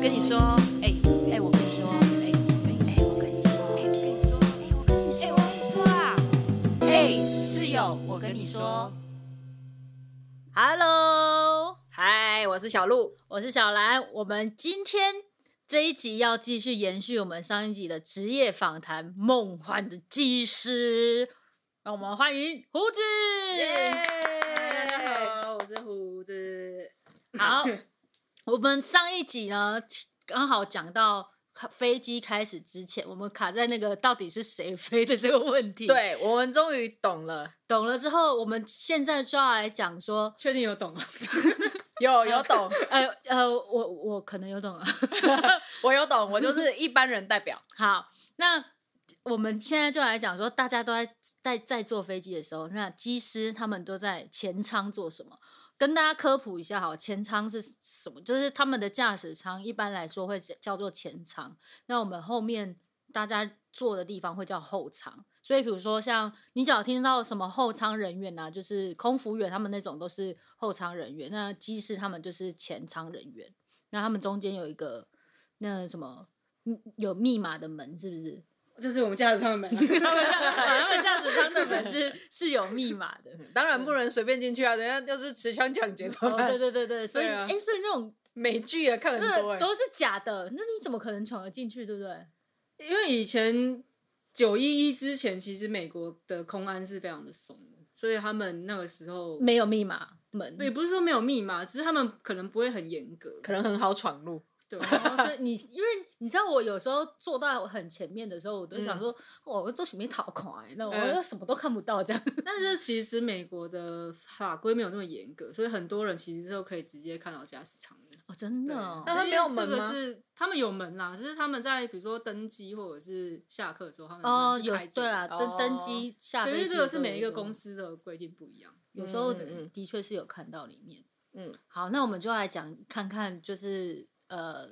跟你说，哎哎，我跟你说，哎哎，我跟你说，哎我跟你说，哎我跟你说，哎我跟你说啊，哎室友，我跟你说，Hello，嗨，我是小鹿，我是小兰。我们今天这一集要继续延续我们上一集的职业访谈《梦幻的技师》，让我们欢迎胡子。大家好，我是胡子。好，我们上一集呢，刚好讲到飞机开始之前，我们卡在那个到底是谁飞的这个问题。，对我们终于懂了，懂了之后，我们现在就要来讲说，确定有懂吗？有有懂，呃呃，我我可能有懂了。我有懂，我就是一般人代表。好，那我们现在就来讲说，大家都在在在坐飞机的时候，那机师他们都在前舱做什么？跟大家科普一下好，前舱是什么？就是他们的驾驶舱一般来说会叫做前舱，那我们后面大家坐的地方会叫后舱。所以，比如说像你只要听到什么后舱人员啊，就是空服员他们那种都是后舱人员，那机师他们就是前舱人员。那他们中间有一个那什么嗯有密码的门，是不 是？就是我们驾驶舱的 门，他们驾驶舱的门是是有密码的。 当然不能随便进去啊，人家就是持枪抢劫，怎么哦，对办？对对对，所以对啊哎、所以那种美剧啊，看那很多个哎。都是假的，那你怎么可能闯得进去，对不对？因为以前九一一之前，其实美国的空安是非常的松的，所以他们那个时候没有，密码门，也不是说没有密码，只是他们可能不会很严格。可能很好闯入，对， 哦所以你因为你知道我有时候坐到很前面的时候，我都想说，哦，我做什么逃款、那我嗯什么都看不到这样。但是其实美国的法规没有这么严格，所以很多人其实都可以直接看到驾驶舱的。 哦，真的、对哦，那他们没有门吗这个是他们有门啦，只是他们在比如说登机或者是下课的时候，他们哦，嗯门是有开着对的啦，登登机下对，因飞为机这的个时是候每一个有公司的规定不一样。有时候嗯嗯嗯的确是有看到里面。嗯，好，那我们就来讲看看，就是呃，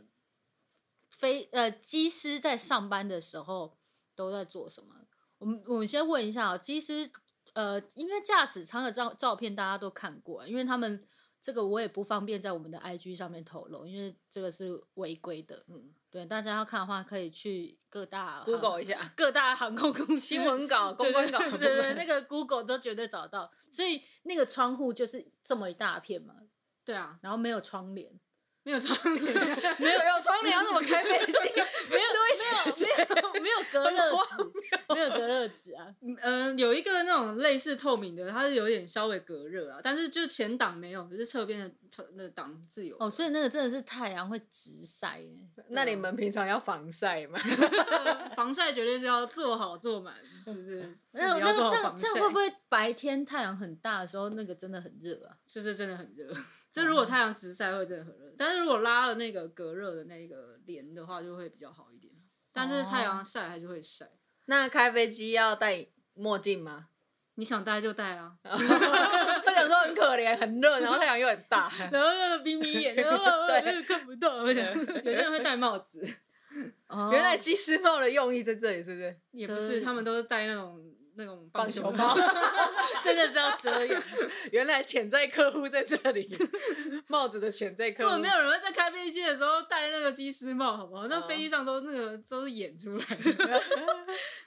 飞呃机师在上班的时候都在做什么？我们我们先问一下哦，机师呃，因为驾驶舱的照照片大家都看过，啊因为他们这个我也不方便在我们的 IG 上面透露，因为这个是违规的。 嗯嗯，对，大家要看的话可以去各大 Google 航一下各大航空公司 新闻 稿、公关稿的对部对对，对分。那个 Google 都绝对找到。所以那个窗户就是这么一大片嘛，对啊，然后没有窗帘，没有窗帘。没有有窗帘，要怎么开飞机？没有没有没有没有隔热很荒纸，没有隔热纸啊。嗯，有一个那种类似透明的，它是有点稍微隔热啊，但是就是前挡没有，就是侧边的侧那挡是有的。哦，所以那个真的是太阳会直晒耶。那你们平常要防晒吗？以防晒绝对是要做好做满，就是那自己要哦那做个好这样防这晒样。会不会白天太阳很大的时候，那个真的很热啊？就是真的很热？ 就哦如果太阳直晒会真的很热，但是如果拉了那个隔热的那个帘的话，就会比较好一点。但是太哦阳晒还是会晒， 那开飞机要戴墨镜吗？你想戴就戴 啊。我想说很可怜，很热，然后太阳又很 大。然后那个眯眯 眼，然后对看不到。我想有些人会戴帽子，哦原来机师帽的用意在这里，是不是？也不真是，的他们都是戴那种那种棒棒球球帽， 真的是要遮掩。 原来潜在客户在这里， 帽子的潜在根 客户本没有人会在开飞机的时候戴那个机师帽，好不好？那哦飞机上都那个都是演出来的。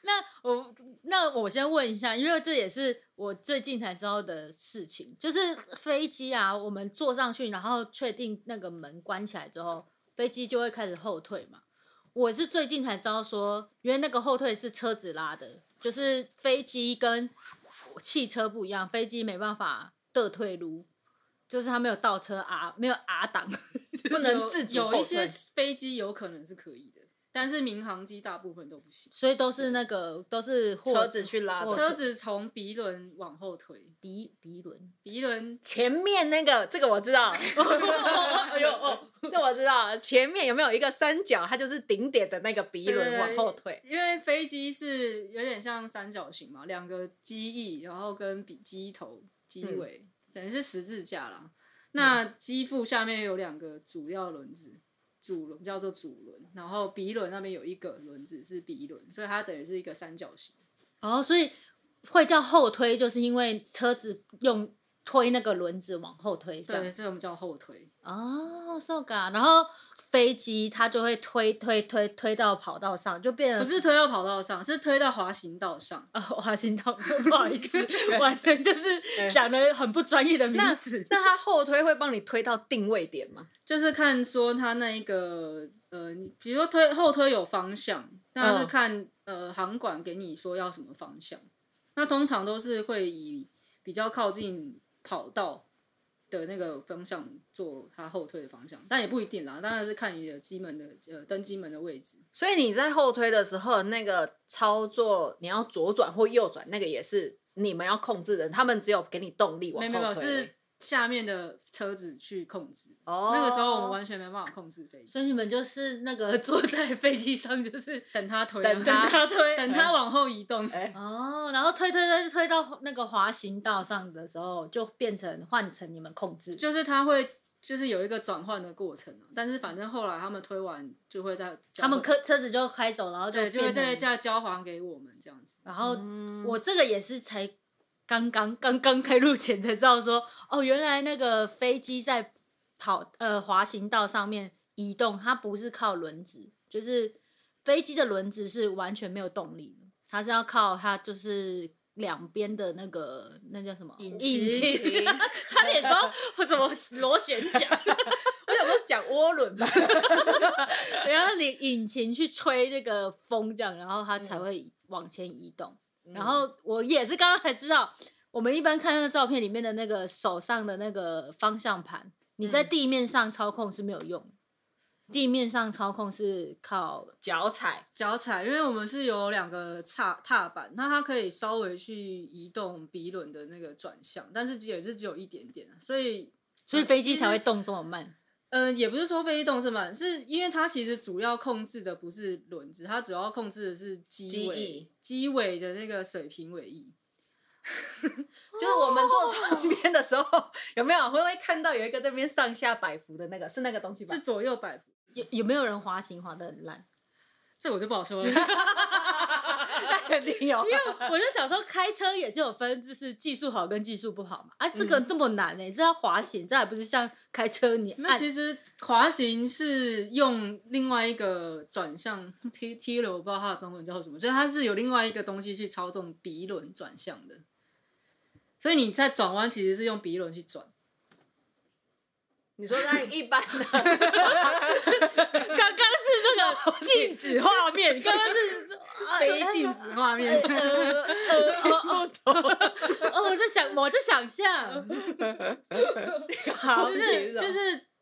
那我那我先问一下，因为这也是我最近才知道的事情，就是飞机啊，我们坐上去，然后确定那个门关起来之后，飞机就会开始后退嘛。我是最近才知道说，原来那个后退是车子拉的，就是飞机跟汽车不一样，飞机没办法的退路，就是它没有倒车 R，没有 R 档。 不能自主有有后一些退。飞机有可能是可以的，但是民航机大部分都不行。所以都是那个都是货车子去拉货车子从鼻轮往后推，鼻鼻轮，鼻轮前面那个，这个我知 道，哎呦哦，这我知道。前面有没有一个三角，它就是顶点的那个鼻轮往后退。 因为飞机是有点像三角形嘛，两个机翼，然后跟比机头、机嗯尾，等于是十字架啦。那机腹下面有两个主要轮子，主轮叫做主轮，然后鼻轮那边有一个轮子是鼻轮，所以它等于是一个三角形。哦，所以会叫后推，就是因为车子用推那个轮子往后推，这样对，这种叫后推。哦，so ga，然后飞机它就会推推推推到跑道上，就变不成是推到跑道上，是推到滑行道上。啊，滑行道， 不好意思，完全就是讲的很不专业的名词。那他后推会帮你推到定位点吗？就是看说他那一个呃，你比如说推后推有方向，那嗯是看、呃航管给你说要什么方向。那通常都是会以比较靠近跑道的那个方向做它后退的方向，但也不一定啦，当然是看你的机门的呃登机门的位置。所以你在后推的时候，那个操作你要左转或右转，那个也是你们要控制的，他们只有给你动力往没后有没推。有，是下面的车子去控制。哦，那个时候我们完全没办法控制飞所以机，你们就是那个 坐在飞机上，就是等它推，等嗯它它推， 等它往后移 动。哎、哦，然后推推推推到那个滑行道上的时候，就变成换成你们控制。就是它会就是有一个转换的过程啊，但是反正后来他们推完就会再他们车车子就开走，然后就对就会变成再再交还给我们这样子。然后我这个也是才刚刚刚刚开录前才知道说，哦，原来那个飞机在跑呃滑行道上面移动，它不是靠轮子，就是飞机的轮子是完全没有动力的，它是要靠它就是两边的那个那叫什么引擎 差点说 我怎么螺旋桨，我想说讲涡轮吧， 然后你引擎去吹那个风，这样，然后它才会往前移动。然后我也是刚刚才知道，我们一般看那个照片里面的那个手上的那个方向盘，你在地面上操控是没有用的，地面上操控是靠脚踩脚踩，因为我们是有两个踏踏板，那它可以稍微去移动鼻轮的那个转向，但是也是只有一点点啊，所以所以飞机才会其实。动这么慢。呃，也不是说飞机动这么慢，是因为它其实主要控制的不是轮子，它主要控制的是机机尾翼，机尾的那个水平尾翼。就是我们哦坐窗边的时候，有没有会不会看到有一个这边上下摆幅的那个是那个东西吧是？左右摆幅，有有没有人滑行滑的很烂？这我就不好说了。肯定 有，因为 我就想说，开车也是有分，就是技术好跟技术不好嘛。啊，这个这么难呢、这要滑行，这还不是像开车你那按其实滑行是用另外一个转向 T T 流，我不知道它的中文叫什么，就是它是有另外一个东西去操纵鼻轮转向的，所以你在转弯其实是用鼻轮去转。你说在一般 的刚刚是那个静止画 面，刚刚是哎非静止哎画 面，呃哦，我在想，我在想象，好，哦就是就是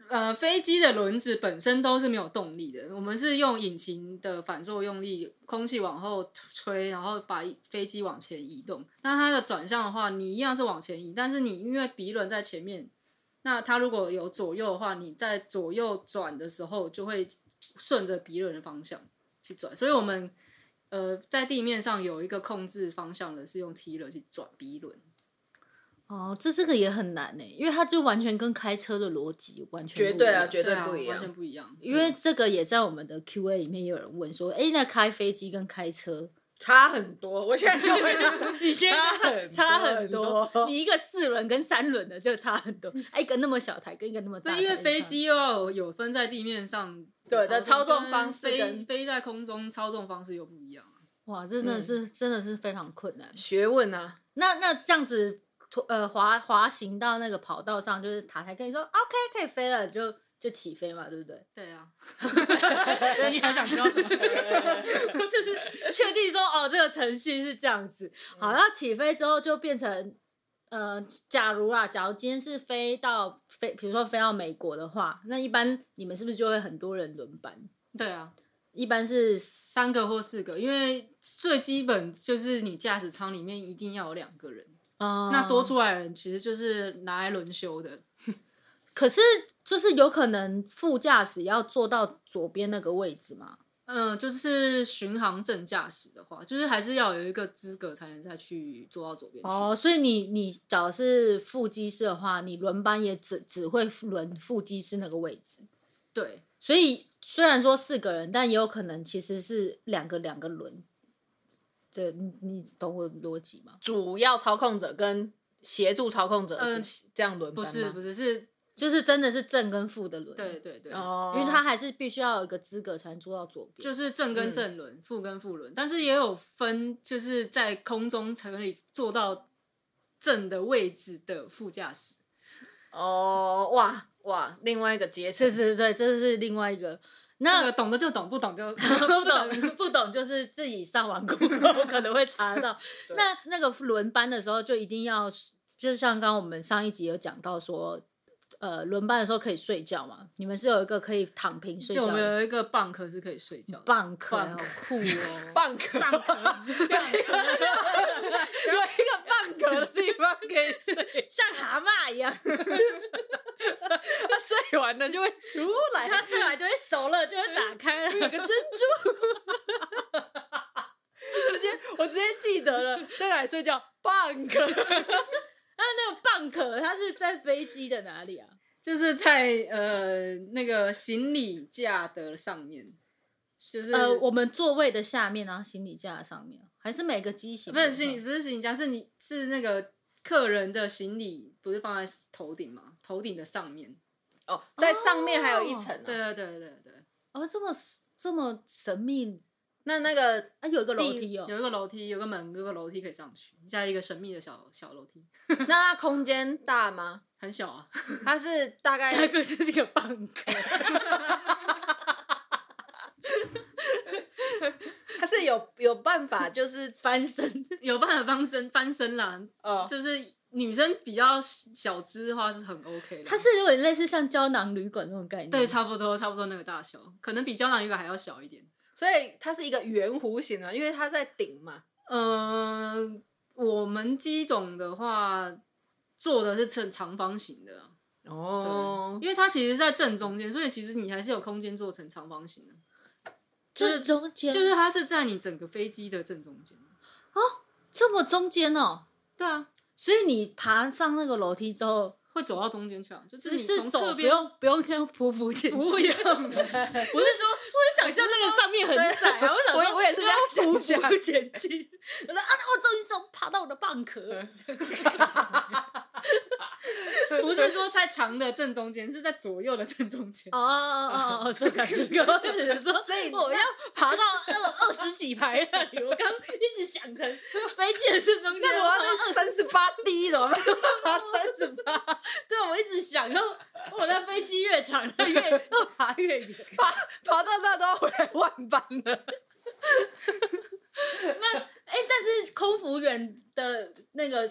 呃，飞机的轮子本身都是没有动力的，我们是用引擎的反作用力，空气往后吹，然后把飞机往前移动。那它的转向的话，你一样是往前移，但是你因为鼻轮在前面，那它如果有左右的话，你在左右转的时候就会顺着鼻轮的方向去转，所以我们。呃，在地面上有一个控制方向的，是用 T 轮去转鼻轮。哦，这这个也很难呢，因为它就完全跟开车的逻辑完全绝不一对样啊，绝对啊不一完全样。不一样。因为这个也在我们的 Q&A 里面也有人问说，哎，那开飞机跟开车差很多。我现在就会 你先 差很差很多多，你一个四轮跟三轮的就差很多，哎，一个那么小台跟一个那么大台对，就因差为很多，飞机又要有有分在地面上对的操纵跟方式飞跟飞在空中操纵方式又不一样啊。哇，真的是真的是非常困难。学问啊，那那这样子，呃，滑滑行到那个跑道上，就是塔台跟你说 OK 可以飞了，就就起飞嘛，对不对？对 啊，啊你还想知道什么？ 就是确定说哦，这个程序是这样子。嗯好，那起飞之后就变成，呃，假如啦，假如今天是飞到飞，比如说飞到美国的话，那一般你们是不是就会很多人轮班？对啊，一般是三个或四个，因为最基本就是你驾驶舱里面一定要有两个人，嗯啊那多出来的人其实就是拿来轮休的。可是就是有可能副驾驶要坐到左边那个位置嘛？嗯，就是巡航证驾驶的话，就是还是要有一个资格才能再去坐到左边去。哦，所以你你假如是副机师的话，你轮班也只只会轮副机师那个位置。对，所以虽然说四个人，但也有可能其实是两个两 个轮。对，你你懂我的逻辑吗？主要操控者跟协助操控者嗯这样轮不班吗？是不是是，就是真的是正跟负的轮，欸对，对对，哦，因为他还是必须要有一个资格才能坐到左边，就是正嗯跟正轮，负跟负轮，但是也有分，就是在空中才可以坐到正的位置的副驾驶。哦哇哇，另外一个阶层是是，对，这是另外一个。那那个懂的就懂，不 懂就 不懂不懂，就是自己上网 Google 可能会查得到。对那那个轮班的时候，就一定要，就是像刚刚我们上一集有讲到说，呃，轮班的时候可以睡觉嘛？你们是有一个可以躺平睡就觉我们的有一个蚌壳是可以睡觉的，棒课，好 bunk 酷哦！蚌壳，有一个蚌壳的地方可以睡，像蛤蟆一样，它睡完了就会出来，它睡来就会熟了，就会打开了。有个珍珠，直接我直接记得了，在哪里睡觉？蚌壳，那那个蚌壳，它是在飞机的哪里啊？就是在呃那个行李架的上面，就是呃，我们座位的下面，然后行李架的上面，还是每个机型不的上是行李不是行李架，是你是那个客人的行李不是放在头顶吗？头顶的上面。 哦，在上面还有一层、啊，对对对对对，哦，这么这么神秘那那个啊，有一个楼地梯哦，有一个楼梯，有个门，有个楼梯可以上去，加一个神秘的小小楼梯，那它空间大吗？很小啊。 它是大 概那个 就是一个蚌壳，它是有有办法，就是翻身。有办法翻身翻身啦，呃，就是女生比较小只的话是很 OK 的。它是有点类似像胶囊旅馆那种概念。对，差不多差不多那个大小，可能比胶囊鱼还要小一点。所以它是一个圆弧形啊的，因为它在顶嘛。嗯，我们机种的话做的是正长方形的啊，对，哦，因为它其实在正中间，所以其实你还是有空间做成长方形的，就是中间，就是它是在你整个飞机的正中间。这么中间哦。对啊，所以你爬上那个楼梯之后，会走到中间去啊，就是是你从是侧走不边。用不用这样匍匐前不进。一样，不是说，我想象那个上面很窄啊，我想我说我也是这样匍想象。匐前进。我说啊，那我终于终爬到我的蚌壳。不是说在长的正中间，是在左右的正中间哦。哦哦哦，这个这个，我想说，所以我要爬到二二十几排那里，我刚一直想成飞机的正中间，那我要在三十八 D 怎么办？ 爬三十八，对我一直想，然后我的飞机越长，它越要爬越远。爬爬到那都要回来万班了。哎、但是空服员的那个，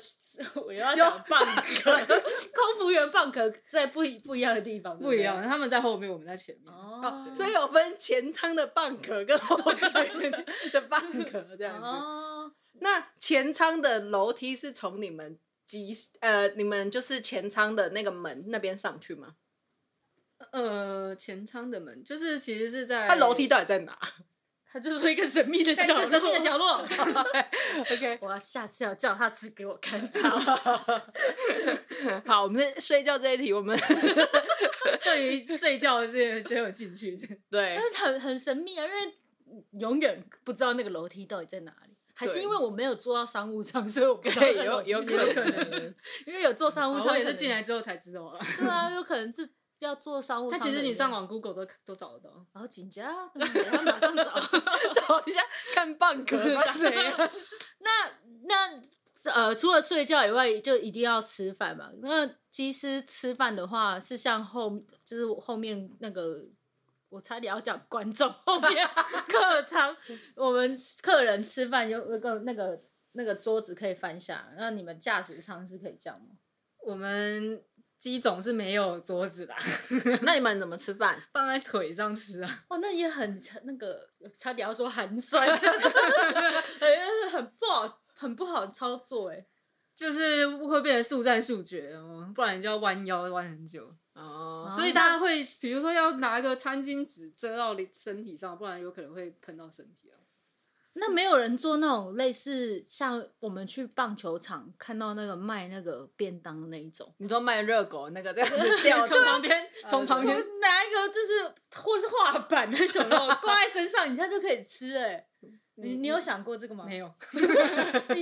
我又要讲蚌壳，空服员蚌壳在不一不一样的地方，对不对一样，。他们在后面，我们在前面。哦，所以有分前舱的蚌壳跟后舱的蚌壳这样子。哦，那前舱的楼梯是从你们机呃，你们就是前舱的那个门那边上去吗？呃，前舱的门就是其实是在它楼梯到底在哪？ 他就是一个神秘的在一个神秘的角落， OK，我要下次要叫他指给我看。好，我们睡觉这一题，我们对于睡觉这件事很有兴趣。对 但是很很神秘啊，因为永远不知道那个楼梯到底在哪里。还是对因为我没有坐到商务舱，所以我不知道 对，那有个。有可能，因为有坐商务哦我舱，也是进。来之后才知道了。 对啊，有可能是要坐商务舱但的人。其实你上网 Google 都都找得到。然后紧接着，嗯等一下马上找。 找一下看蚌壳长怎样。 那那呃，除了睡觉以外，就一定要吃饭嘛。那机师吃饭的话，是像后就是我后面那个，我差点要讲观众后 面客舱，我们客人吃饭有有个那个那个桌子可以翻下，那你们驾驶舱是可以这样吗？我们机种是没有桌子啦，那你们怎么吃饭？放在腿上吃啊。哦，那也很那个，差点要说寒酸， 很很不好，很不好操作哎。就是会变成速战速决哦，不然你就要弯腰弯很久。啊哦，所以大家会，比如说要拿一个餐巾纸遮到身体上，不然有可能会喷到身体啊。那没有人做那种类似像我们去棒球场看到那个卖那个便当的那一种，你说卖热狗那个这样子 掉 从啊旁边，从旁我边拿一个就是或是画板那种的，挂在身上，你这样就可以吃哎、你你有想过这个吗？没，有，你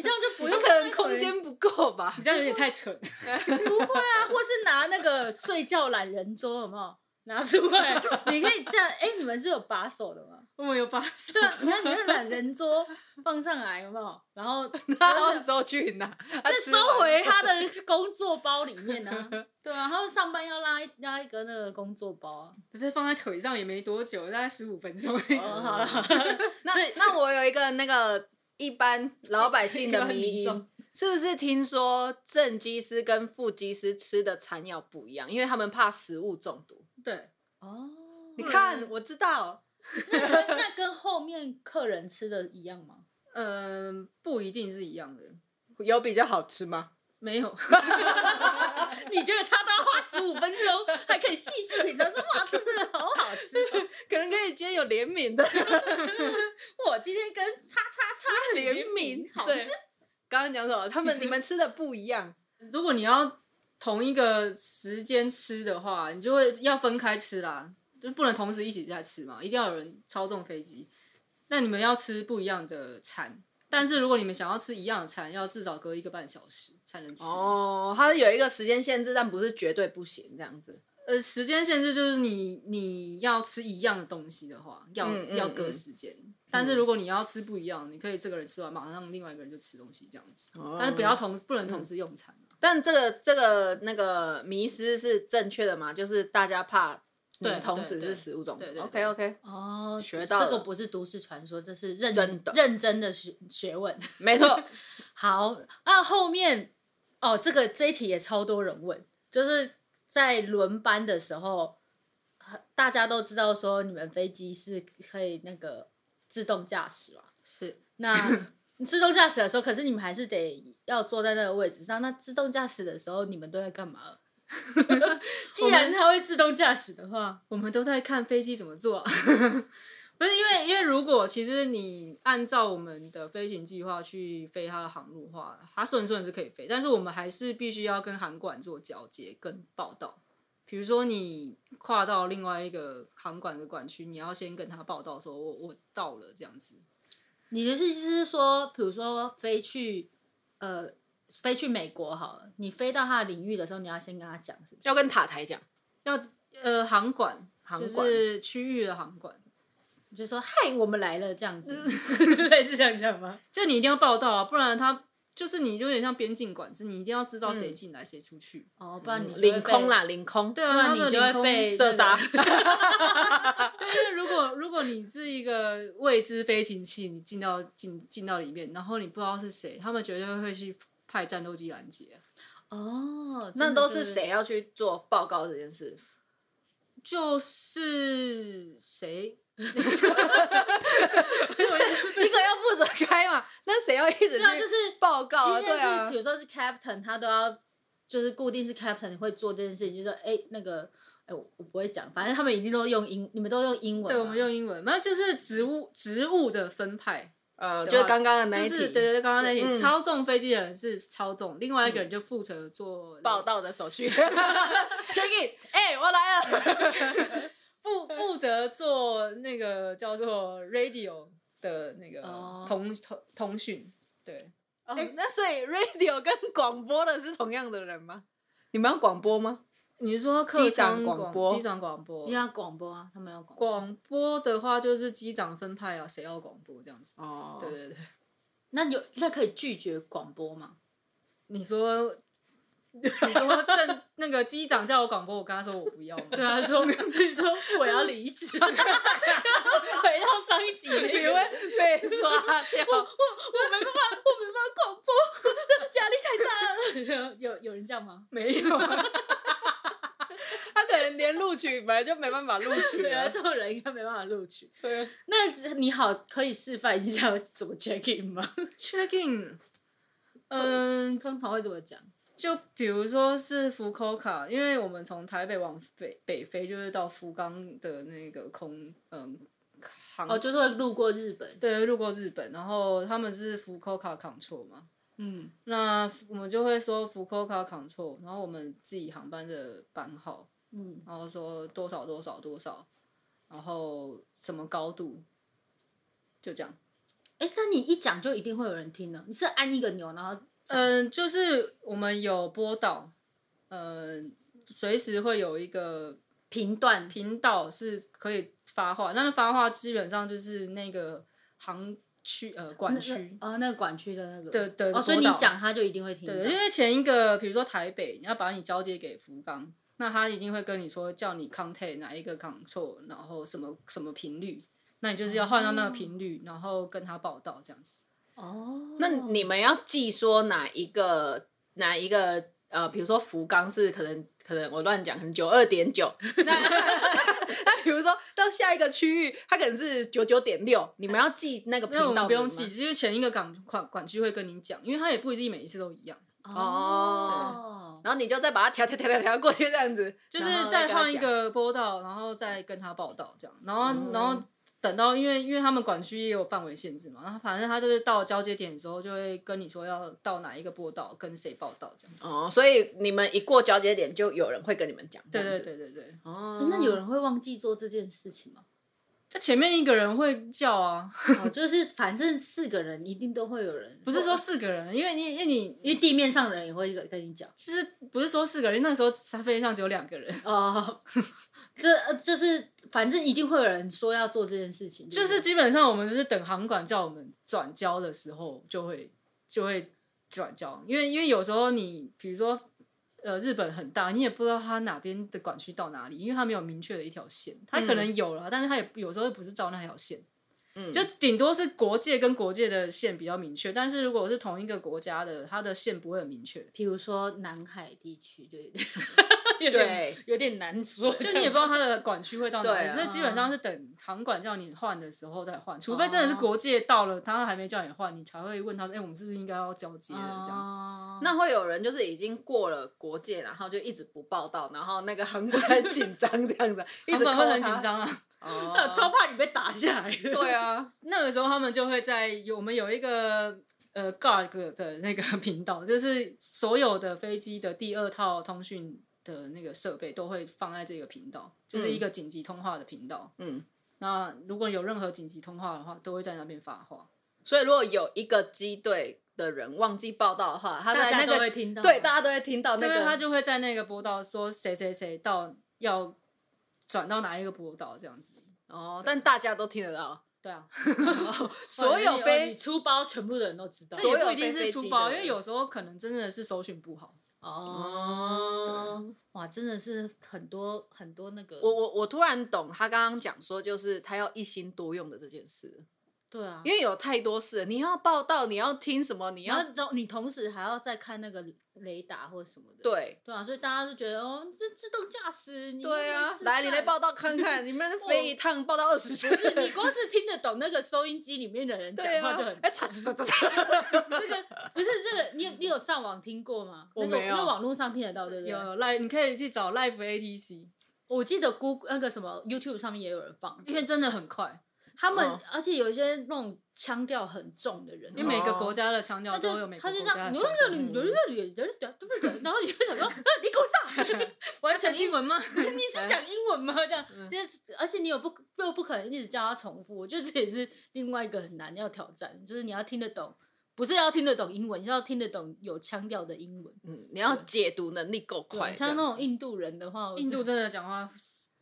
这样就不有用可能空间不够吧？ 你这样有点太蠢。啊，或是拿那个睡觉懒人桌，有没有？拿出来，你可以这样。哎、你们是有把手的吗？我们有把手对，啊，你看你那懒人桌放上来，有没有？然后他要收去哪？他再吃完收回他的工作包里面 啊。对啊，他们上班要拉一拉一个那个工作包啊。可是放在腿上也没多久，大概十五分钟而已。哦，好了，那那我有一个那个一般老百姓的迷一般民 因，是不是听说正机师跟副机师吃的残药不一样，因为他们怕食物中毒？嗯对，哦，你看，我知道，那跟那跟后面客人吃的一样吗？嗯、不一定是一样的，有比较好吃吗？没有。 你觉得他都要花十五分钟，还可以细细品尝，说哇，这真的好好吃。可能跟你今天有怜悯 的 我今天跟叉 叉叉怜悯，好对吃。刚刚讲什么？他们你们吃的不一样，如果你要同一个时间吃的话，你就会要分开吃啦，就不能同时一起在吃嘛，一定要有人操纵飞机。那你们要吃不一样的餐，但是如果你们想要吃一样的餐，要至少隔一个半小时才能吃。哦，它有一个时间限制，但不是绝对不行这样子。呃，时间限制就是你你要吃一样的东西的话，要、嗯嗯要嗯隔时间。但是如果你要吃不一样，你可以这个人吃完，马上另外一个人就吃东西这样子，哦但是不要同不能同时用餐啊、但这个这个那个迷失是正确的嘛？就是大家怕你对同对时对是食物中毒对对。 OK 对 OK，哦，学这到这个了不是都市传说，这是认真的认真的学学问。没错。好，那后面哦，这个这一题也超多人问，就是在轮班的时候，呃大家都知道说你们飞机是可以那个自动驾驶嘛，是 那自动驾驶的时候，可是你们还是得要坐在那个位置上。那自动驾驶的时候，你们都在干 嘛？既然它会自动驾驶的话，我们都在看飞机怎么做、 啊。不是因为，因为如果其实你按照我们的飞行计划去飞它的航路的话，它顺顺是可以飞，但是我们还是必须要跟航管做交接跟报道。比如说你跨到另外一个航管的管区，你要先跟他报道说我我到了这样子。你的意思是说，比如说飞去呃飞去美国好了，你飞到它的领域的时候，你要先跟他讲，是不是？要跟塔台 讲，呃，航管航就管是区域的航管，你就说嗨，我们来了这样子，嗯类似这样讲吗？就你一定要报道啊，不然他就是你就有点像边境管制，你一定要知道嗯谁进来谁出去。哦，不然你就会被领空，啦，领空，对不啊，然他你的就领会空被射 杀。 因为如果如果你是一个未知飞行器，你进到进进到里面，然后你不知道是谁，他们绝对会去派战斗机拦截。哦，那真的都是？谁要去做报告这件 事？就是谁？一个要负责开嘛，那谁要一直对啊，就是去报告啊？今对天啊是比，如说是 captain，他都要就是固定是 captain 会做这件事情，就说哎、那个哎、我我不会讲，反正他们一定都用英，你们都用英文嘛，对，我们用英文，那就是职务职务的分派，呃，就是刚刚的那就一是对题对对，刚刚那一嗯题，操纵飞机的人是操纵，另外一个人就负责做报道的手续。Check it，哎，我来了。负负责做那个叫做 radio 的那个哦通通通讯，对。 哦，那所以 radio 跟广播的是同样的人吗？你们要广播吗？你是说机客长舱广播机长广播，你要广播啊，他们要广播。广播的话就是机长分派啊，谁要广播这样子。哦对对对，那有那可以拒绝广播吗？你说 你说正那个机长叫我广播，我跟他说我不要嘛。对啊，说 你说我要离职， 回到上一集那你个，我会被刷 掉。我没办法，我没办法广播， 压力太大了。 有有人这样吗？没有，啊他可能连录取本来就没办法录取 对啊，了。这种人应该没办法录取。对啊，那你好，可以示范一下怎么 check in 吗？ ，check in，嗯、通常会怎么讲？就比如说是福口卡，因为我们从台北往北北飞，就是到福冈的那个空嗯航哦，就是会路过日本。对，路过日本，然后他们是福口卡 control 嘛，嗯，那我们就会说福口卡 control，然后我们自己航班的班号，嗯，然后说多少多少多少，然后什么高度，就这样。哎，那你一讲就一定会有人听的。你是按一个钮，然后嗯，就是我们有播到，呃，随时会有一个频段频道是可以发话，那发话基本上就是那个行区呃管区。哦，那个管区的那个的的哦，所以播你到讲他就一定会听到。对，因为前一个，比如说台北，你要把你交接给福冈，那他一定会跟你说叫你 contact 哪一个 control，然后什么什么频率，那你就是要换到那个频哦率，然后跟他报道这样子。哦，那你们要记说哪一个哪一个呃，比如说福冈是可能可能我乱讲，可能九二点九， 那 那比如说到下一个区域，它可能是九九点六，你们要记那个频那我道们不用名吗记，因为前一个港管管区会跟你讲，因为他也不一定每一次都一样，哦，然后你就再把它调调调调调过去这样子，就是然后再跟他换一讲个播道，然后再跟他报道这样，然后、哦然后等到因为因为他们管区也有范围限制嘛，然后反正他就是到交接点的时候就会跟你说要到哪一个播道，跟谁报道这样子。哦，所以你们一过交接点，就有人会跟你们讲，对这样对子，对对对，哦，那有人会忘记做这件事情 吗？他前面一个人会叫啊，哦，就是反正四个人一定都会有人，不是说四个人，因为你因为你因为地面上的人也会跟你讲，就是不是说四个人，因为那时候沙飞机上只有两个人，哦，就呃就是反正一定会有人说要做这件事情，对就不对是基本上我们就是等航管叫我们转交的时候就会就会转交，因为因为有时候你比如说。呃，日本很大，你也不知道它哪边的管区到哪里，因为它没有明确的一条线，它可能有了，但是它也有时候不是照那条线，嗯就顶多是国界跟国界的线比较明确，但是如果是同一个国家的，它的线不会很明确，比如说南海地区就有点对，有点难说，就你也不知道它的管区会到哪对里，啊哦所以基本上是等航管叫你换的时候再换，除非真的是国界到了，他还没叫你换，你才会问他，哎、我们是不是应该要交接了这样子？哦那会有人就是已经过了国界，然后就一直不报道，然后那个韩国很 紧张这样子，一航直管会很 call 紧他，张啊，哦超怕你被打下来， 对啊，那个时候他们就会在有我们有一个呃 GAG 的那个 频道，就是所有的飞机的第二套通讯的那个设备都会放在这个频道，就是一个紧急通话的频道。嗯，那如果有任何紧急通话的话，都会在那边发话。所以如果有一个机队的人忘记报道的话，他大在家哎那都会个听到，对啊大家都会听到那因为他个，就会在那个播道说谁谁谁到要转到哪一个播道这样子。哦，但大家都听得到，对啊，所哦有你飞出包，全部的人都知道这所有也不一定飞是机出的包，因人为有时候可能真的是搜寻不好。哦。哇，真的是很多很多那个，我我我突然懂他刚刚讲说，就是他要一心多用的这件事，对啊，因为有太多事了，你要报道，你要听什么，你然要后同你同时还要再看那个雷达或什么的，对对啊，所以大家就觉得哦，这自动驾驶，你对又啊没事，来你来干报道看看，你们飞一趟报道二十次不，是你光是听得懂那个收音机里面的人讲 对话啊就很，哎，嚓嚓嚓嚓嚓，这个不是那个，你有你有上网听过吗？我那个没有那网络上听得到对不对？啊有 live，你可以去找 live ATC，我记得 Google 那个什么 YouTube 上面也有人放，因为真的很快，他们、嗯而且有一些那种腔调很重的人，因为每个国家的腔调他就都有每个他就国这家样，的你腔调。你你你你对不对？然后你就想说，啊你给我上，完全英文吗？你是讲英文吗？这样，这而且你有不又不可能一直叫他重复，我觉得这也是另外一个很难要挑战，就是你要听得懂，不是要听得懂英文，是要听得懂有腔调的英文。 嗯，你要解读能力够快，像那种这样子印度人的话，我印就度真的讲话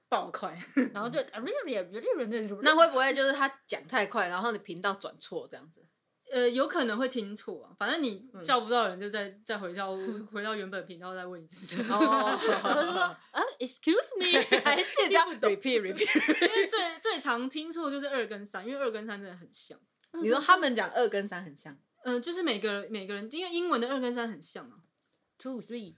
爆快，然后就啊不是不是不是不是不是不是那会不会就是他讲太快，然后你频道转错这样子？ 呃，有可能会听错啊。反正你叫不到人，就再再回到回到原本频道再问一次。哦，然后就说啊，excuse me，还是是这样 repeat repeat。因为最最常听错就是二跟三，因为二跟三真的很像。你说他们讲二跟三很像，嗯、就是每个人每个人，因为英文的二跟三很像啊， two three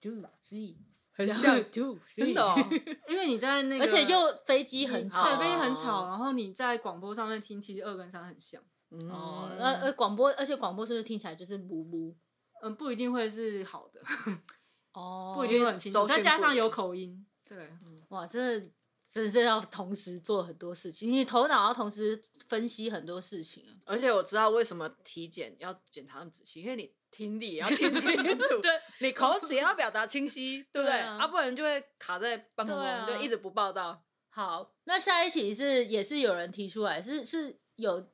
two three，很 two，真的哦。 因为你在那个，而且又飞机很哦吵。对，被很吵，然后你在广播上面听，其实二跟三很像，哦，嗯呃呃，广播，而且广播是不是听起来就是呜呜？嗯，不一定会是好的，哦不一定会很清收楚，讯不再加上一有样口音，对，哇，真的真是要同时做很多事情，你头脑要同时分析很多事情啊。而且我知道为什么体检要检查那么仔细，因为你听力也要听清 楚，对，你口齿也要表达清晰， 对不对对？啊啊，不然就会卡在半空对啊中，就一直不报道。好，那下一题是也是有人提出来，是是有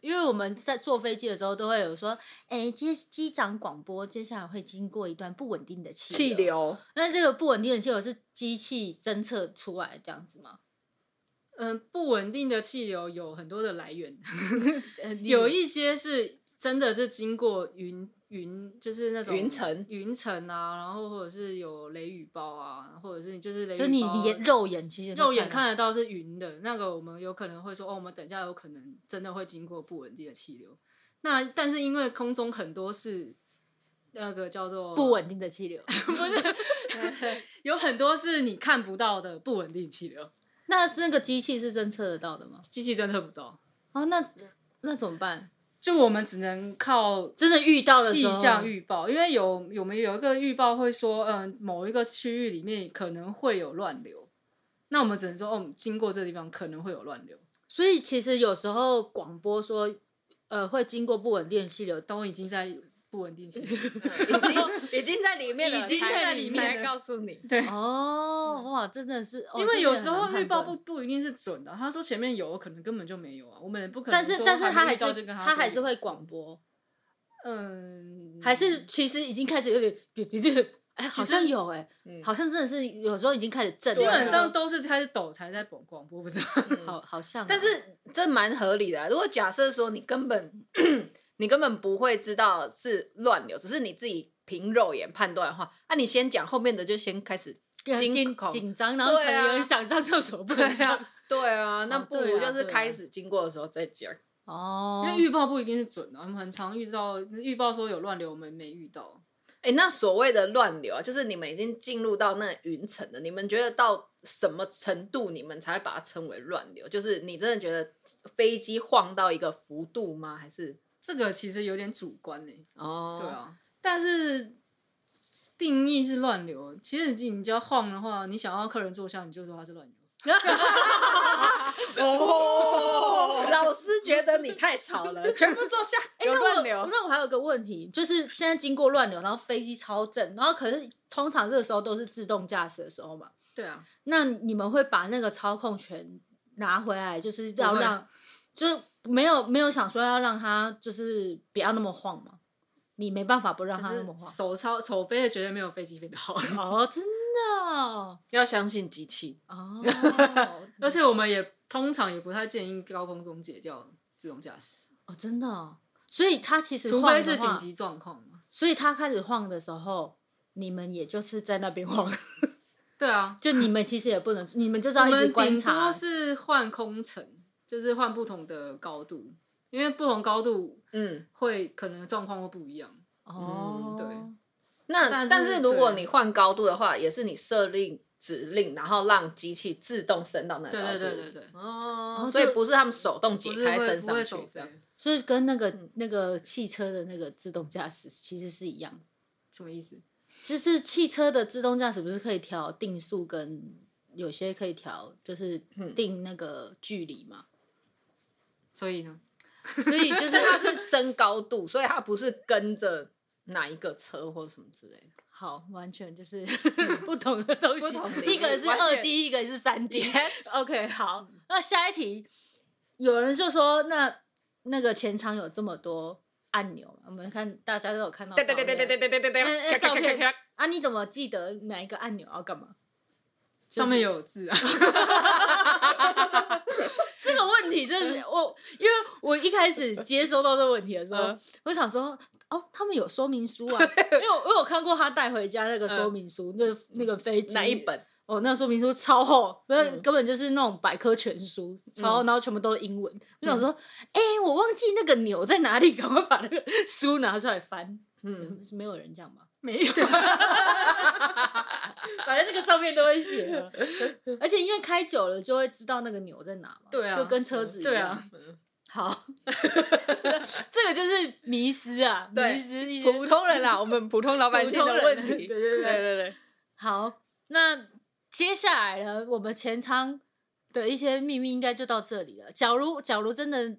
因为我们在坐飞机的时候都会有说，哎，接机长广播，接下来会经过一段不稳定的气气流那这个不稳定的气流是机器侦测出来这样子吗？嗯，不稳定的气流有很多的来源，呃有一些是真的是经过云云，就是那种云层云层啊，然后或者是有雷雨暴啊，或者是你就是雷雨就是你暴啊眼肉眼其实都肉眼得看得到是云的，那个我们有可能会说，哦，我们等一下有可能真的会经过不稳定的气流。那但是因为空中很多是那个叫做不，稳定的气 流。有很多是你看不到的不稳定气流，那是那个机器是侦测得到的吗？机器侦测不到，哦，那那怎么办？就我们只能靠真的遇到的时气候，象预报，因为有有没有一个预报会说，嗯，某一个区域里面可能会有乱流，那我们只能说，哦，经过这地方可能会有乱流，所以其实有时候广播说，呃，会经过不稳定的气流，都已经在不稳定气流。已 经已经在里面了，已经才在里面了才告诉你。哦，哇，这真的是，哦因为有时候这预报，个很难判不断不一定是准的，他说前面有，可能根本就没有啊，我们也不可能但说是没遇到就跟他说但是还有。是他还是会广播，嗯，还是其实已经开始有 点，哎，好像有哎、嗯好像真的是有时候已经开始震了，基本上都是开始抖才在广广播，不知道。好好像啊、但是这蛮合理的啊、如果假设说你根本 你根本不会知道是乱流，只是你自己凭肉眼判断的话，那、你先讲后面的就先开始惊紧恐。紧张，然后可对啊能有人想上厕 所不 对能上，啊，对啊，那不对如啊就是对啊开始经过的时候再讲。哦因为预报不一定是准的，我们很常遇到预报说有乱流，我们没遇到。哎、那所谓的乱流啊，就是你们已经进入到那云层了，你们觉得到什么程度，你们才会把它称为乱流？就是你真的觉得飞机晃到一个幅度吗？还是这个其实有点主观呢、哦，对，啊，但是定义是乱流。其实你只要晃的话，你想要客人坐下，你就说他是乱流。哦，老师觉得你太吵了，全部坐下，有乱那我流。那我还有个问题，就是现在经过乱流，然后飞机超正，然后可是通常这个时候都是自动驾驶的时候嘛，对啊，那你们会把那个操控权拿回来，就是要不会让，就是没有没有想说要让它就是不要那么晃嘛，你没办法不让它那么就是晃。手抄手飞的绝对没有飞机飞的好。哦，真的 哦，要相信机器，哦而且我们也通常也不太建议高空中解掉自动驾驶，哦，真的哦，所以它其实除晃非的是紧话，急状况嘛。所以它开始晃的时候，你们也就是在那边晃， 对啊，就你们其实也不能，你们就是我要一直们观顶察多。是换空层，就是换不同的高度，因为不同高度嗯，会可能状况会不一样。哦，嗯对那但但是是如果对你换高度的话，也是你设定指令，然后让机器自动升到那个对高对度。对对对，哦就，所以不是他们手动解不是开会升不上会去手这样飞，所以跟那个、嗯那个汽车的那个自动驾驶其实是一样的，什么意思？就是汽车的自动驾驶不是可以调定速跟有些可以调就是嗯定那个距离嘛，所以呢，所以就就是是它是升高度，所以它不是跟着哪一个车或什么之类的。好完全就是 不同的东嗯不西同，领域一个是完二全 D，一个是三 D。 Yes OK，好，那下一题，有人就说那那个前场有这么多按钮嘛，我们看大家都有看到照对片，对对对对对对对哎哎对，照片啊，你怎么记得哪一个按钮要干嘛？上面有字 啊，这个问题真的是我，因为我一开始接收到这个问题的时候，嗯我想说，哦，他们有说明书啊，因为我我有看过他带回家那个说明书，那那个飞机嗯哪一？本？哦，那个说明书超厚，那、嗯根本就是那种百科全书，超厚，然后全部都是英文。我想说，嗯哎、我忘记那个钮在哪里，赶快把那个书拿出来翻。嗯，是没有人这样吧？没有。反正那个上面都会写啊，而且因为开久了就会知道那个钮在哪嘛，对啊就跟车子一样。对啊，好，这个就是迷失啊，对迷失一些普通人啦，我们普通老百姓的 问题。普通人对对对 对好，那接下来呢，我们前舱的一些秘密应该就到这里了。假如假如真的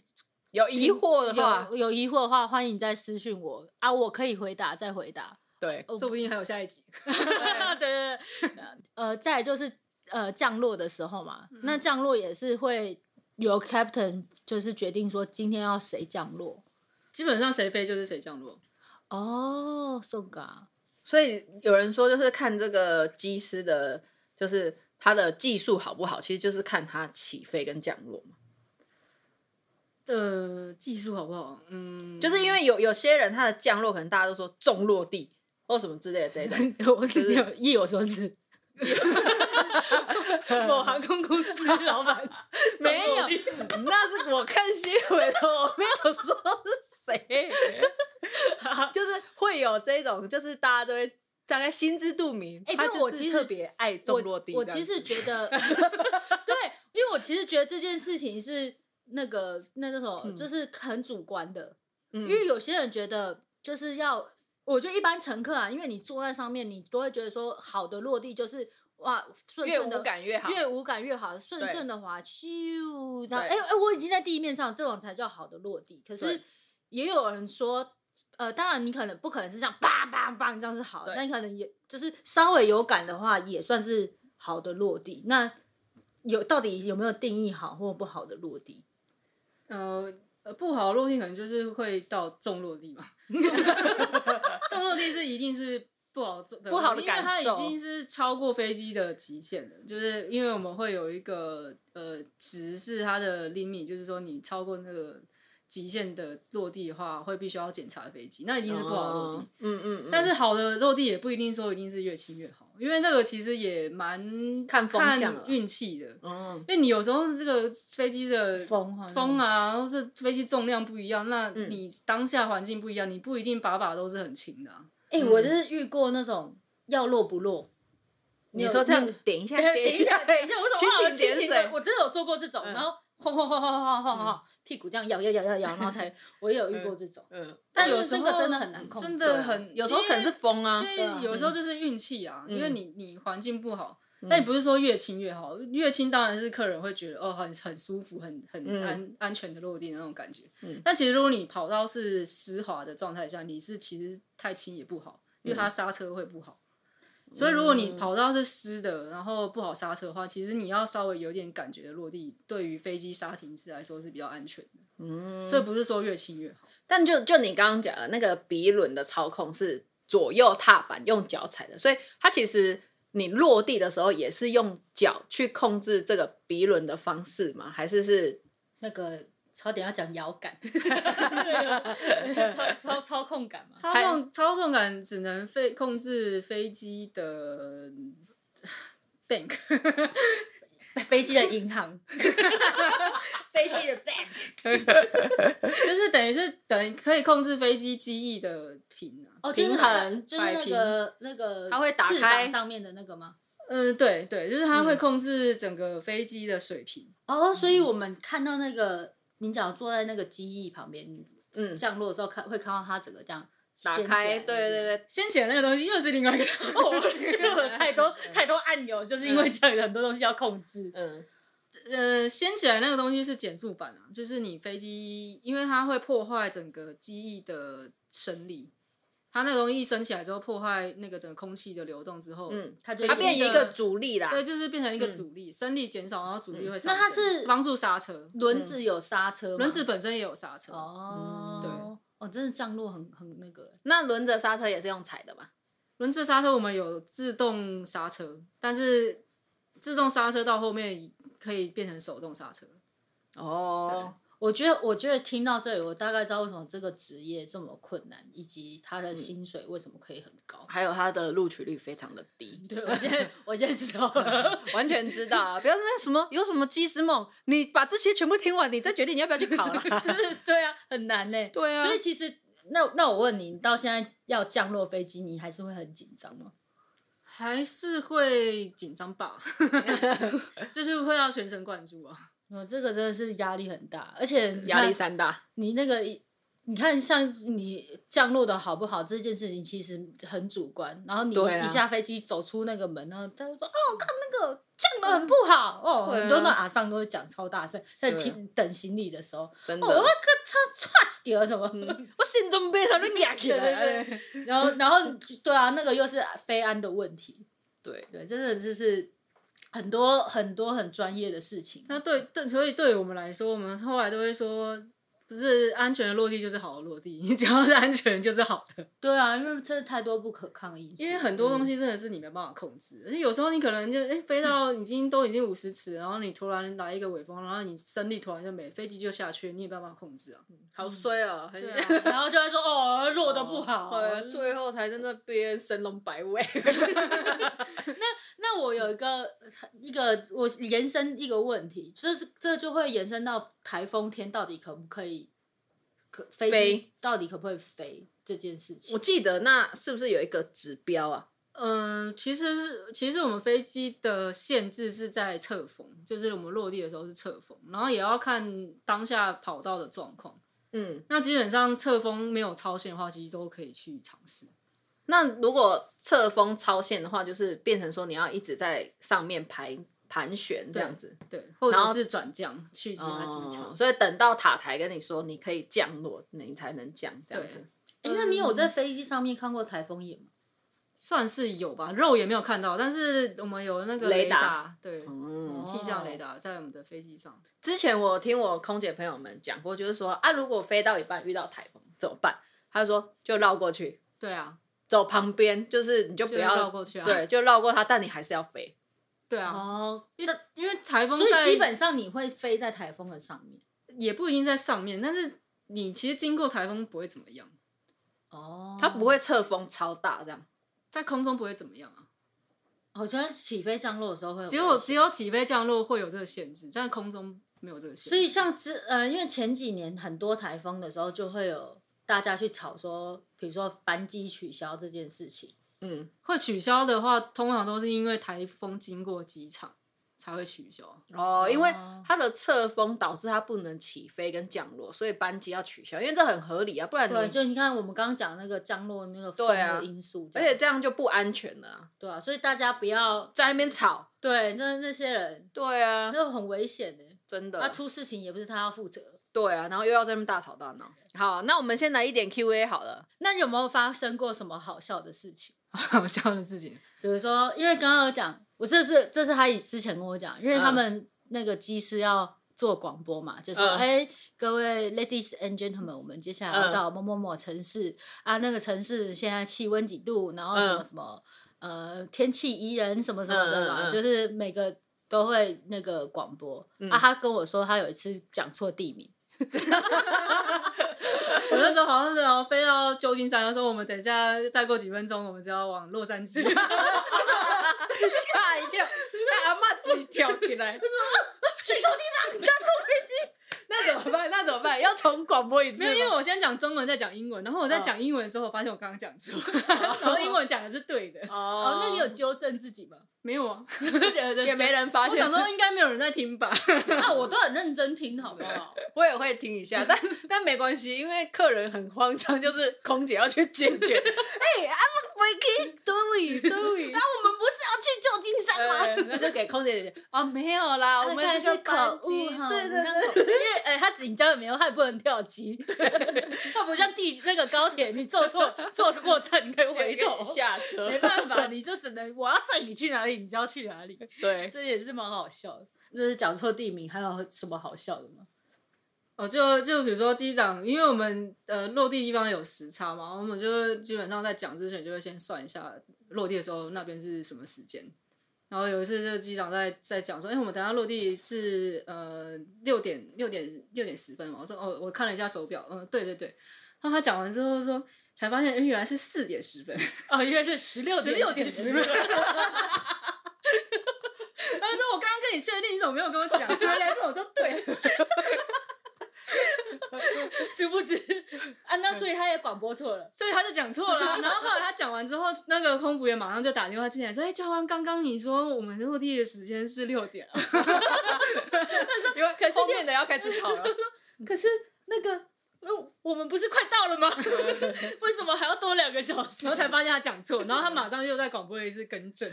有疑惑的话，有有疑惑的话，欢迎再私讯我啊，我可以回答再回答。对，说不定还有下一集。 对对呃嗯对，呃，再来就是呃降落的时候嘛，那降落也是会由 captain 就是决定说今天要谁降落。基本上谁飞就是谁降落。哦，送嘎，所以有人说，就是看这个机师的，就是他的技术好不好，其实就是看他起飞跟降落嘛。呃，技术好不好？嗯，就是因为有有些人他的降落可能大家都说重落地或什么之类的这一 种， 我只有一有所指。 某航空公司老板 没有，那是我看新闻的，我没有 说是谁，就是会有这种，就是大家都会大概心知肚明。哎他但我就是其实特别爱重我落地我这其样实子觉 得，对，因为我其实觉得这件事情是那个那叫什么，就是很主观的，嗯因为有些人觉得就是要，我觉得一般乘客啊，因为你坐在上面，你都会觉得说好的落地就是哇顺越顺无的。感越好，越无感越好，顺对顺的滑，咻！然后，哎对哎，我已经在地面上，这种才叫好的落地。可是对也有人说，呃，当然你可能不可能是这样，叭叭叭这样是好的，对但可能也就是稍微有感的话，也算是好的落地。那有到底有没有定义好或不好的落地？呃呃不好的落地可能就是会到重 落地嘛。重落地是一定是不好做的，不好的感因为受它已经是超过飞机的极限了。就是因为我们会有一个呃值是它的 limit，就是说你超过那个极限的落地的话，会必须要检查飞机，那一定是不好的落地。哦嗯嗯嗯，但是好的落地也不一定说一定是越轻越好，因为这个其实也蛮看风向看了运气的。嗯因为你有时候这个飞机呃的风啊风啊，或是飞机重量不一样，那嗯你当下环境不一样，你不一定把把都是很轻的、啊。哎、我就是遇过那种要落不落。嗯你有说这样你点 一下，等一下，等一下，我怎蜻么忘了蜓点蜻蜓水我真的有做过这种，嗯然后晃晃晃晃晃晃晃晃，屁股这样摇摇摇摇摇，然后才我也有遇过这种。嗯，但有是时这个候真的很难控制真的很有时候可能是风啊，因对啊为有时候就是运气啊，嗯因为你你环境不好，但你不是说越轻越好，越轻当然是客人会觉得哦很很舒服，很很嗯安、安全的落地的那种感觉。嗯但其实如果你跑到是湿滑的状态下，你是其实太轻也不好，因为它刹车会不好。所以如果你跑道是湿的，然后不好刹车的话，其实你要稍微有点感觉的落地，对于飞机刹停式来说是比较安全的。嗯，所以不是说越轻越好。但就就你刚刚讲的那个鼻轮的操控是左右踏板用脚踩的，所以它其实你落地的时候也是用脚去控制这个鼻轮的方式吗？还是是那个差点要讲摇 杆，操操操控感嘛。 操纵操纵感只能飞控制飞机的 bank， 飞机的银行，飞机的 bank。就是等于是等于可以控制飞机机翼的频啊。哦，就是平衡就是那个那个，它会打开上面的那个吗？嗯，对对，就是它会嗯控制整个飞机的水平。哦，所以我们看到那个，你只要坐在那个机翼旁边，你嗯降落的时候看会看到它整个这样打掀起开？来对对。对，先前那个东西又是另外一个，哦 因为有太多太多按钮，就是因为这样有很多东西要控制。嗯呃，掀起来那个东西是减速板啊，就是你飞机，因为它会破坏整个机翼的升力，它那个东西一升起来之后，破坏那个整个空气的流动之后，嗯，它就它已经变成一个阻力啦。对，就是变成一个阻力，升力减少，然后阻力会上嗯升。那它是帮助刹车，嗯轮子有刹车吗，轮子本身也有刹车。哦，对，哦，真的降落很很那个，欸那轮着刹车也是用踩的嘛？轮子刹车我们有自动刹车，但是自动刹车到后面可以变成手动刹车。哦，我觉得，我觉得听到这里，我大概知道为什么这个职业这么困难，以及他嗯的薪水为什么可以很高。还有它的录取率非常的低，对，我 现在我现在知道了。完全知道啊！不要那什么有什么机师梦，你把这些全部听完，你再决定你要不要去考了。就是 对啊，很难嘞。对啊所以其实，那那我问你，你到现在要降落飞机，你还是会很紧张吗？还是会紧张吧， 就是会要全神贯注啊。我这个真的是压力很大，而且你压力看山大，你那个，你看像你降落的好不好这件事情，其实很主观。然后你对啊一下飞机走出那个门，然后他就说：“哦，我看那个降的很不好。”哦，对啊很多人阿上都会讲超大声，在对啊听等行李的时嗯候，哦，真我的。要跟车岔起掉什么。我心中被他们压起对 对对对，嗯然后然后对啊，那个又是飞安的问题。对，对，真的就是很多很多很专业的事情。那对对，所以对于我们来说，我们后来都会说，不是安全的落地就是好的落地，你只要是安全就是好的。对啊，因为真的太多不可抗因素。因为很嗯多东西真的是你没办法控制，而且有时候你可能就哎、诶飞到已经都已经五十尺，然后你突然来一个尾风，然后你升力突然就没，飞机就下去，你也没办法控制啊。好衰哦，很对啊，然后就会说 哦，落得不好。呃最后才在那边神龙摆尾。那我有一个一个我延伸一个问题，就是这就会延伸到台风天到底可不可以可飞机飞到底可不可以飞这件事情我。记得那是不是有一个指标啊？嗯，其实是其实我们飞机的限制是在侧风，就是我们落地的时候是侧风，然后也要看当下跑道的状况。嗯，那基本上侧风没有超限的话，其实都可以去尝试。那如果侧风超限的话，就是变成说你要一直在上面盘盘旋这样子，对，或然者后是转降去其他哦机场。所以等到塔台跟你说你可以降落，你才能降这样子。嗯哎、那你有在飞机上面看过台风眼吗？算是有吧，肉眼没有看到，但是我们有那个雷达，达对，嗯，气象雷达在我们的飞机上。之前我听我空姐朋友们讲过，就是说啊，如果飞到一半遇到台风怎么办？她就说就绕过去，对啊，走旁边，就是你就不就要绕过去啊。对，就绕过它，但你还是要飞。对啊，哦，因为因为台风所在以基本上你会飞在台风的上面。也不一定在上面，但是你其实经过台风不会怎么样，哦，它不会侧风超大这样。在空中不会怎么样啊。好像起飞降落的时候会有只有危险只有起飞降落会有这个限制，但空中没有这个限制。所以像之呃，因为前几年很多台风的时候，就会有大家去吵说，比如说班机取消这件事情。嗯，会取消的话，通常都是因为台风经过机场才会取消。啊 哦，因为它的侧风导致它不能起飞跟降落，所以班机要取消，因为这很合理啊，不然对，你就你看我们刚刚讲那个降落那个风对啊的因素这而样，且这样就不安全了、啊，对啊，所以大家不要在那边吵。对那那些人，对啊，那很危险的、真的。他出事情也不是他要负责。对啊，然后又要在那边大吵大闹。好，那我们先来一点 Q A 好了。那你有没有发生过什么好笑的事情？好笑的事情，比如说，因为刚刚有讲，我这是这是他以之前跟我讲，嗯因为他们那个机师要做广播嘛，就说：“嗯哎、各位 ladies and gentlemen，我们接下来要嗯到某某某城市、啊，那个城市现在气温几度，然后什么嗯什么、呃天气宜人什么什么的嘛，嗯嗯嗯嗯就是每个都会那个广播、啊。”他跟我说，他有一次讲错地名，我那时候好像是哦，飞到旧金山，他说我们等一下再过几分钟，我们就要往洛杉 矶。吓一跳，那阿妈自己 跳起来，去错地方，刚错飞机。那怎么办？那怎么办？要重广播一次 没有，因为吗？嗯我先讲中文，再讲英文。然后我在讲英文的时候，我发现我刚刚讲 错，然后英文讲的是对的。哦哦，那你有纠正自己吗？没有啊， 也没人发我现想。说应该没有人在听 吧。 啊，我都很认真听，好不好？我也会听一下，但但没关系，因为客人很慌张，就是空姐要去解决。哎、啊 i m freaking doing doing。我们不是要去旧金山吗？呃，那就给空姐姐姐哦，没有啦，我们哎这个看是口班误机哈，对对对，对，因为哎，他紧张也没用，他也不能跳机， 他不像地那个高铁，你坐错坐过站你可以回头，下车没办法，你就只能我要载你去哪里，你就要去哪里， 对，这也是蛮好笑的。就是讲错地名，还有什么好笑的吗？哦，就就比如说机长，因为我们呃落地地方有时差嘛，我们就基本上在讲之前就会先算一下落地的时候那边是什么时间。然后有一次，就机长在在讲说，哎、我们等下落地是呃六点六点六点十分嘛。我说哦，我看了一下手表，嗯、对对对。然后他讲完之后说，才发现，哎、原来是四点十分。哦，应该是十六 十六点十分。他说：“我刚刚跟你确定，你怎么没有跟我讲？”他来跟我说：“对。殊不知啊，那所以他也广播错了”。所以他就讲错了啊、然后后来他讲完之后，那个空服员马上就打电话进来说：“哎、教官，刚刚你说我们落地的时间是六点、啊，因为 可是后面的要开始吵了。嗯 可是那个，呃我们不是快到了吗？为什么还要多两两个小时，然后才发现他讲错，然后他马上又在广播里是更 正。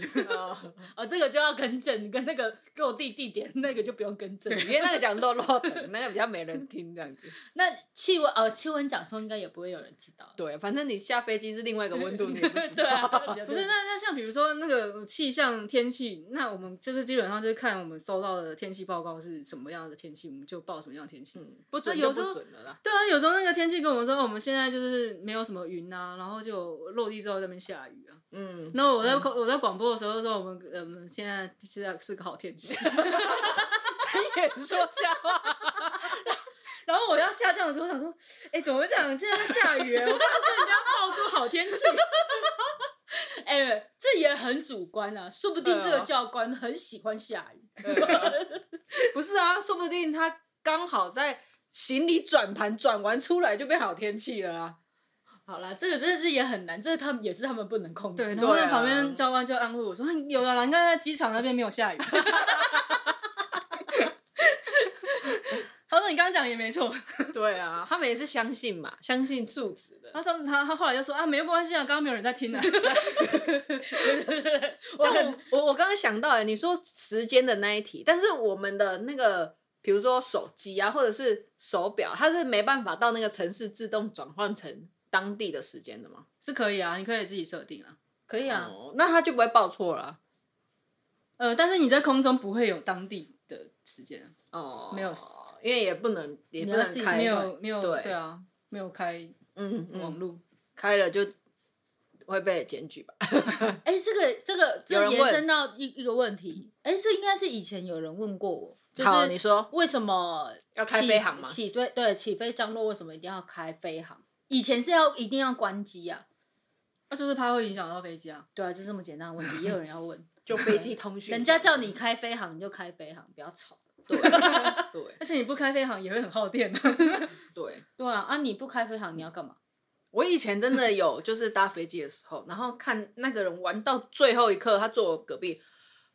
哦，这个就要更正，跟那个落地地点那个就不用更正。因为那个讲落落等，那个比较没人听这样子。 那气温呃气温讲错应该也不会有人知道。对，反正你下飞机是另外一个温度，你也不知 对啊道。，不 不是，是那那像比如说那个气象天气，那我们就是基本上就是看我们收到的天气报告是什么样的天气，我们就报什么样的天气。嗯不准那就有时不候准了啦。对啊，有时候那个天气跟我们说，哦我们现在就是没有什么云啊，然后就落地之后在那边下雨啊。嗯， 那我在、我在广播的时候就说，我们呃我们现在现在是个好天气。也说瞎话。然后我要下降的时候，想说，哎、怎么会这样？现在在下雨、欸，我刚刚跟人家爆出好天气，哎、这也很主观啊，说不定这对个啊教官很喜欢下雨。 不是啊，说不定他刚好在行李转盘转完出来就变好天气了啊。好啦，这个真的是也很难，这个他们也是他们不能控制的。对，然后对那啊旁边教官就安慰我说：“有了啦，你看在机场那边没有下雨。” 他说：“你刚刚讲也没错。对啊，他们也是相信嘛，相信数值”的。他说：“他他后来就说啊，没有关系啊，刚刚没有人在听啊。 但我 我我刚刚想到哎、你说时间的那一题，但是我们的那个，比如说手机啊，或者是手表，它是没办法到那个城市自动转换成当地的时间的嘛？”是可以啊，你可以自己设定啊。可以啊，哦，那它就不会报错了啊呃，但是你在空中不会有当地的时间啊，啊。哦，没有因为也不能也你不要能自己开，没有没有对对啊，没有开嗯网嗯，路。开了就会被检举吧。哎、这个这个嗯有这人延问伸到一一个问题，哎、这应该是以前有人问过我，就好，你是说为什么要开起飞航吗？起对对，起飞降落为什么一定要开飞航？以前是要一定要关机啊，那、就是怕会影响到飞机啊，对啊，就这么简单的问题，也有人要 问，就飞机通讯，人家叫你开飞航你就开飞航，不要吵。对而且你不开飞航也会很耗电、啊。对。对啊，啊你不开飞航你要干嘛？我以前 真的有，就是搭飞机的时候，然后看那个人玩到最后一刻，他坐我隔壁，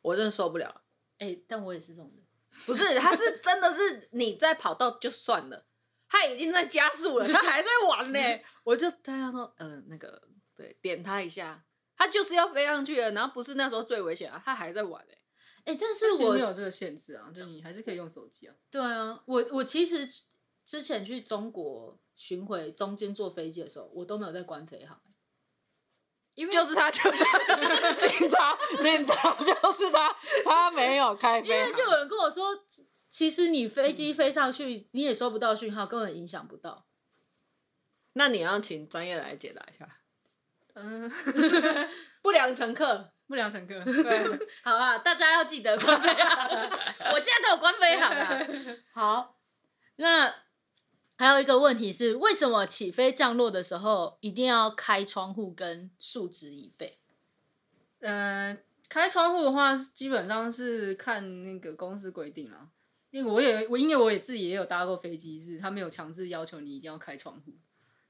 我真的受不了。哎、但我也是这种人，不是，他是真的是你在跑道就算了，他已经在加速了，他还在玩呢、 我就他要说，嗯、那个对，点他一下，他就是要飞上去了，然后不是那时候最危险啊，他还在玩呢、哎、但但 是是我我有这个限制啊，就你还是可以用手机啊。对啊，我我其实之前去中国巡回，中间坐飞机的时候，我都没有在关飞航，因为就是 他，就是警察，警察就是他，他没有开因为就有人跟我说，其其实你飞机飞上去，你也收不到讯号，根本影响不到。那你要请专业来解答一下，嗯， 不良乘客。不良乘客。对，好啦，大家要记得关飞航， 我现在都有关飞航啦。好，那还有一个问题是，为什么起飞降落的时候一定要开窗户跟竖直椅背？ 呃，开窗户的话，基本上是看那个公司规定啦。因为我也我因为我也自己也有搭过飞机，是他没有强制要求你一定要开窗户。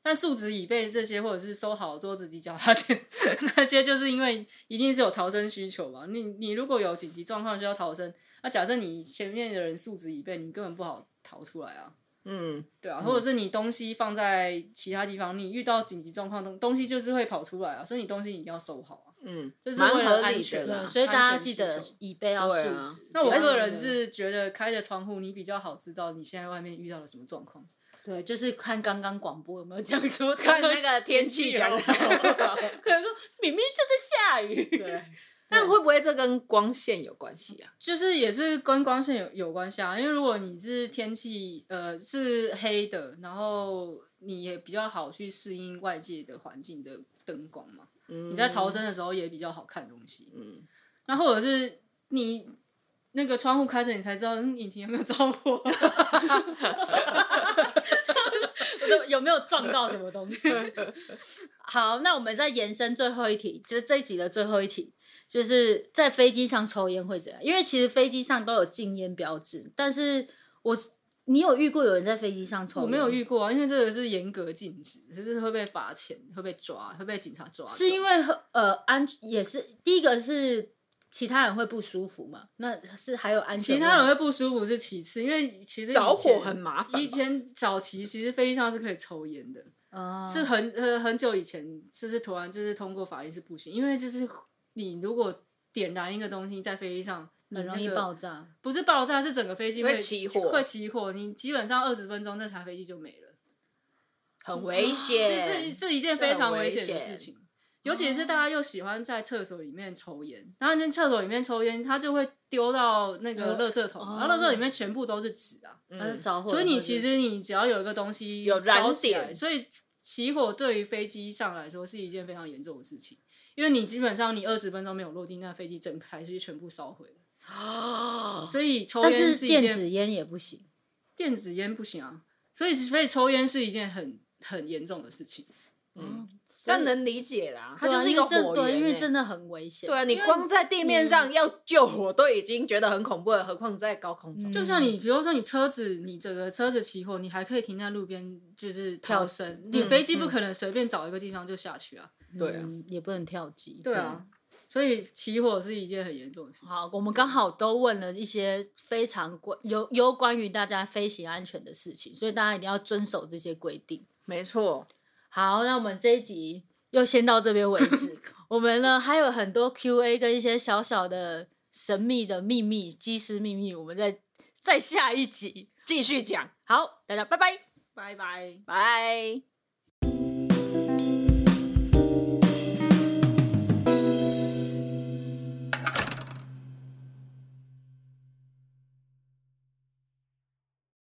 但竖直椅背这些，或者是收好桌子及脚踏垫 那些，就是因为一定是有逃生需求嘛。你你如果有紧急状况需要逃生，那、假设你前面的人竖直椅背，你根本不好逃出来啊。嗯，对啊，或者是你东西放在其他地方，你遇到紧急状况，东东西就是会跑出来啊，所以你东西一定要收好啊。嗯，就是蛮为了合安理的全对啦啊嗯所以大家记安得全需求椅背要竖对直。啊那我不要个直人的是觉得开着窗户，你比较好知道你现在外面遇到了什么状况。对，啊 就是看刚刚广播有没有讲出看那 个天气讲哦刚刚天气有没有可能说明明就在下雨。 对，啊但会不会这跟光线有关系啊？就是也是跟光线有有关系啊，因为如果你是天气呃是黑的，然后你也比较好去适应外界的环境的灯光嘛，你你在逃生的时候也比较好看东西。嗯，那或者是你那个窗户开着，你才知道嗯引擎有没有着火。有有没有撞到什么东 西？好，那我们再延伸最后一题，就是这一集的最后一题，就是在飞机上抽烟会怎样？因为其实飞机上都有禁烟标志，但是我是你有遇过有人在飞机上抽我烟？没有，遇过啊，因为这个是严格禁止，就是会被罚钱，会被抓，会被警察抓走。是因为喝呃安也是第一个是其他人会不舒服嘛？那是还有安全其问题，他人会不舒服是其次，因为其实以前着火很麻烦吧以前早期其实飞机上是可以抽烟的，哦是很呃很久以前，就是突然就是通过法律是不行，因为就是你如果点燃一个东西在飞机上，很容易那个爆炸。不是爆炸，是整个飞机会会起火会起火。你基本上二十分钟，这台飞机就没了。很危哦是险，是是一件这非很常危危险险的事情，尤其是大家又喜欢在厕所里面抽烟，然后在厕所里面抽烟，它就会丢到那个呃垃圾桶嘛，然后哦垃圾里面全部都是纸啊，它就嗯着火了，所以或你者其实你只要有一个东西有燃烧起来点所以起火对于飞机上来说是一件非常严重的事情，因为你基本上你二十分钟没有落地，那飞机整台是全部烧毁了。所以抽哦但烟是一电件子烟也不行。电子烟不行啊，所以所以抽烟是一件很很严重的事情。嗯嗯哦但能理解啦，它对就啊是一因个为这火对，因源为欸真的很危险。对啊，你因为嗯光在地面上要救火都已经觉得很恐怖了，何况在高空中？就像你，比如说你车子，你整个车子起火，你还可以停在路边，就是逃跳生。你飞机不可能随便找一个地方就下去啊。对啊，嗯，也不能跳级。嗯对啊，所以起火是一件很严重的事情。好，我们刚好都问了一些非常关有有关于大家飞行安全的事情，所以大家一定要遵守这些规定。没错，好，那我们这一集又先到这边为止。我们呢还有很多 Q&A 跟一些小小的神秘的秘密、机师秘密，我们再再下一集。继续讲，好，大家拜拜。拜拜。拜。